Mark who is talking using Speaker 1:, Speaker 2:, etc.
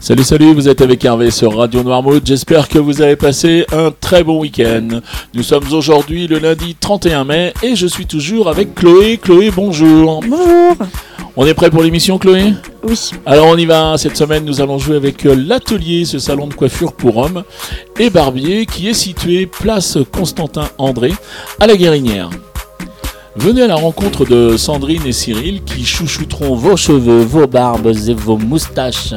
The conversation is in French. Speaker 1: Salut, salut, vous êtes avec Hervé sur Radio Noirmouth. J'espère que vous avez passé un très bon week-end. Nous sommes aujourd'hui le lundi 31 mai et je suis toujours avec Chloé. Chloé, bonjour.
Speaker 2: Bonjour.
Speaker 1: On est prêt pour l'émission, Chloé
Speaker 2: Oui.
Speaker 1: Alors on y va, cette semaine nous allons jouer avec euh, l'atelier, ce salon de coiffure pour hommes et barbier qui est situé place Constantin André à la Guérinière. Venez à la rencontre de Sandrine et Cyril qui chouchouteront vos cheveux, vos barbes et vos moustaches.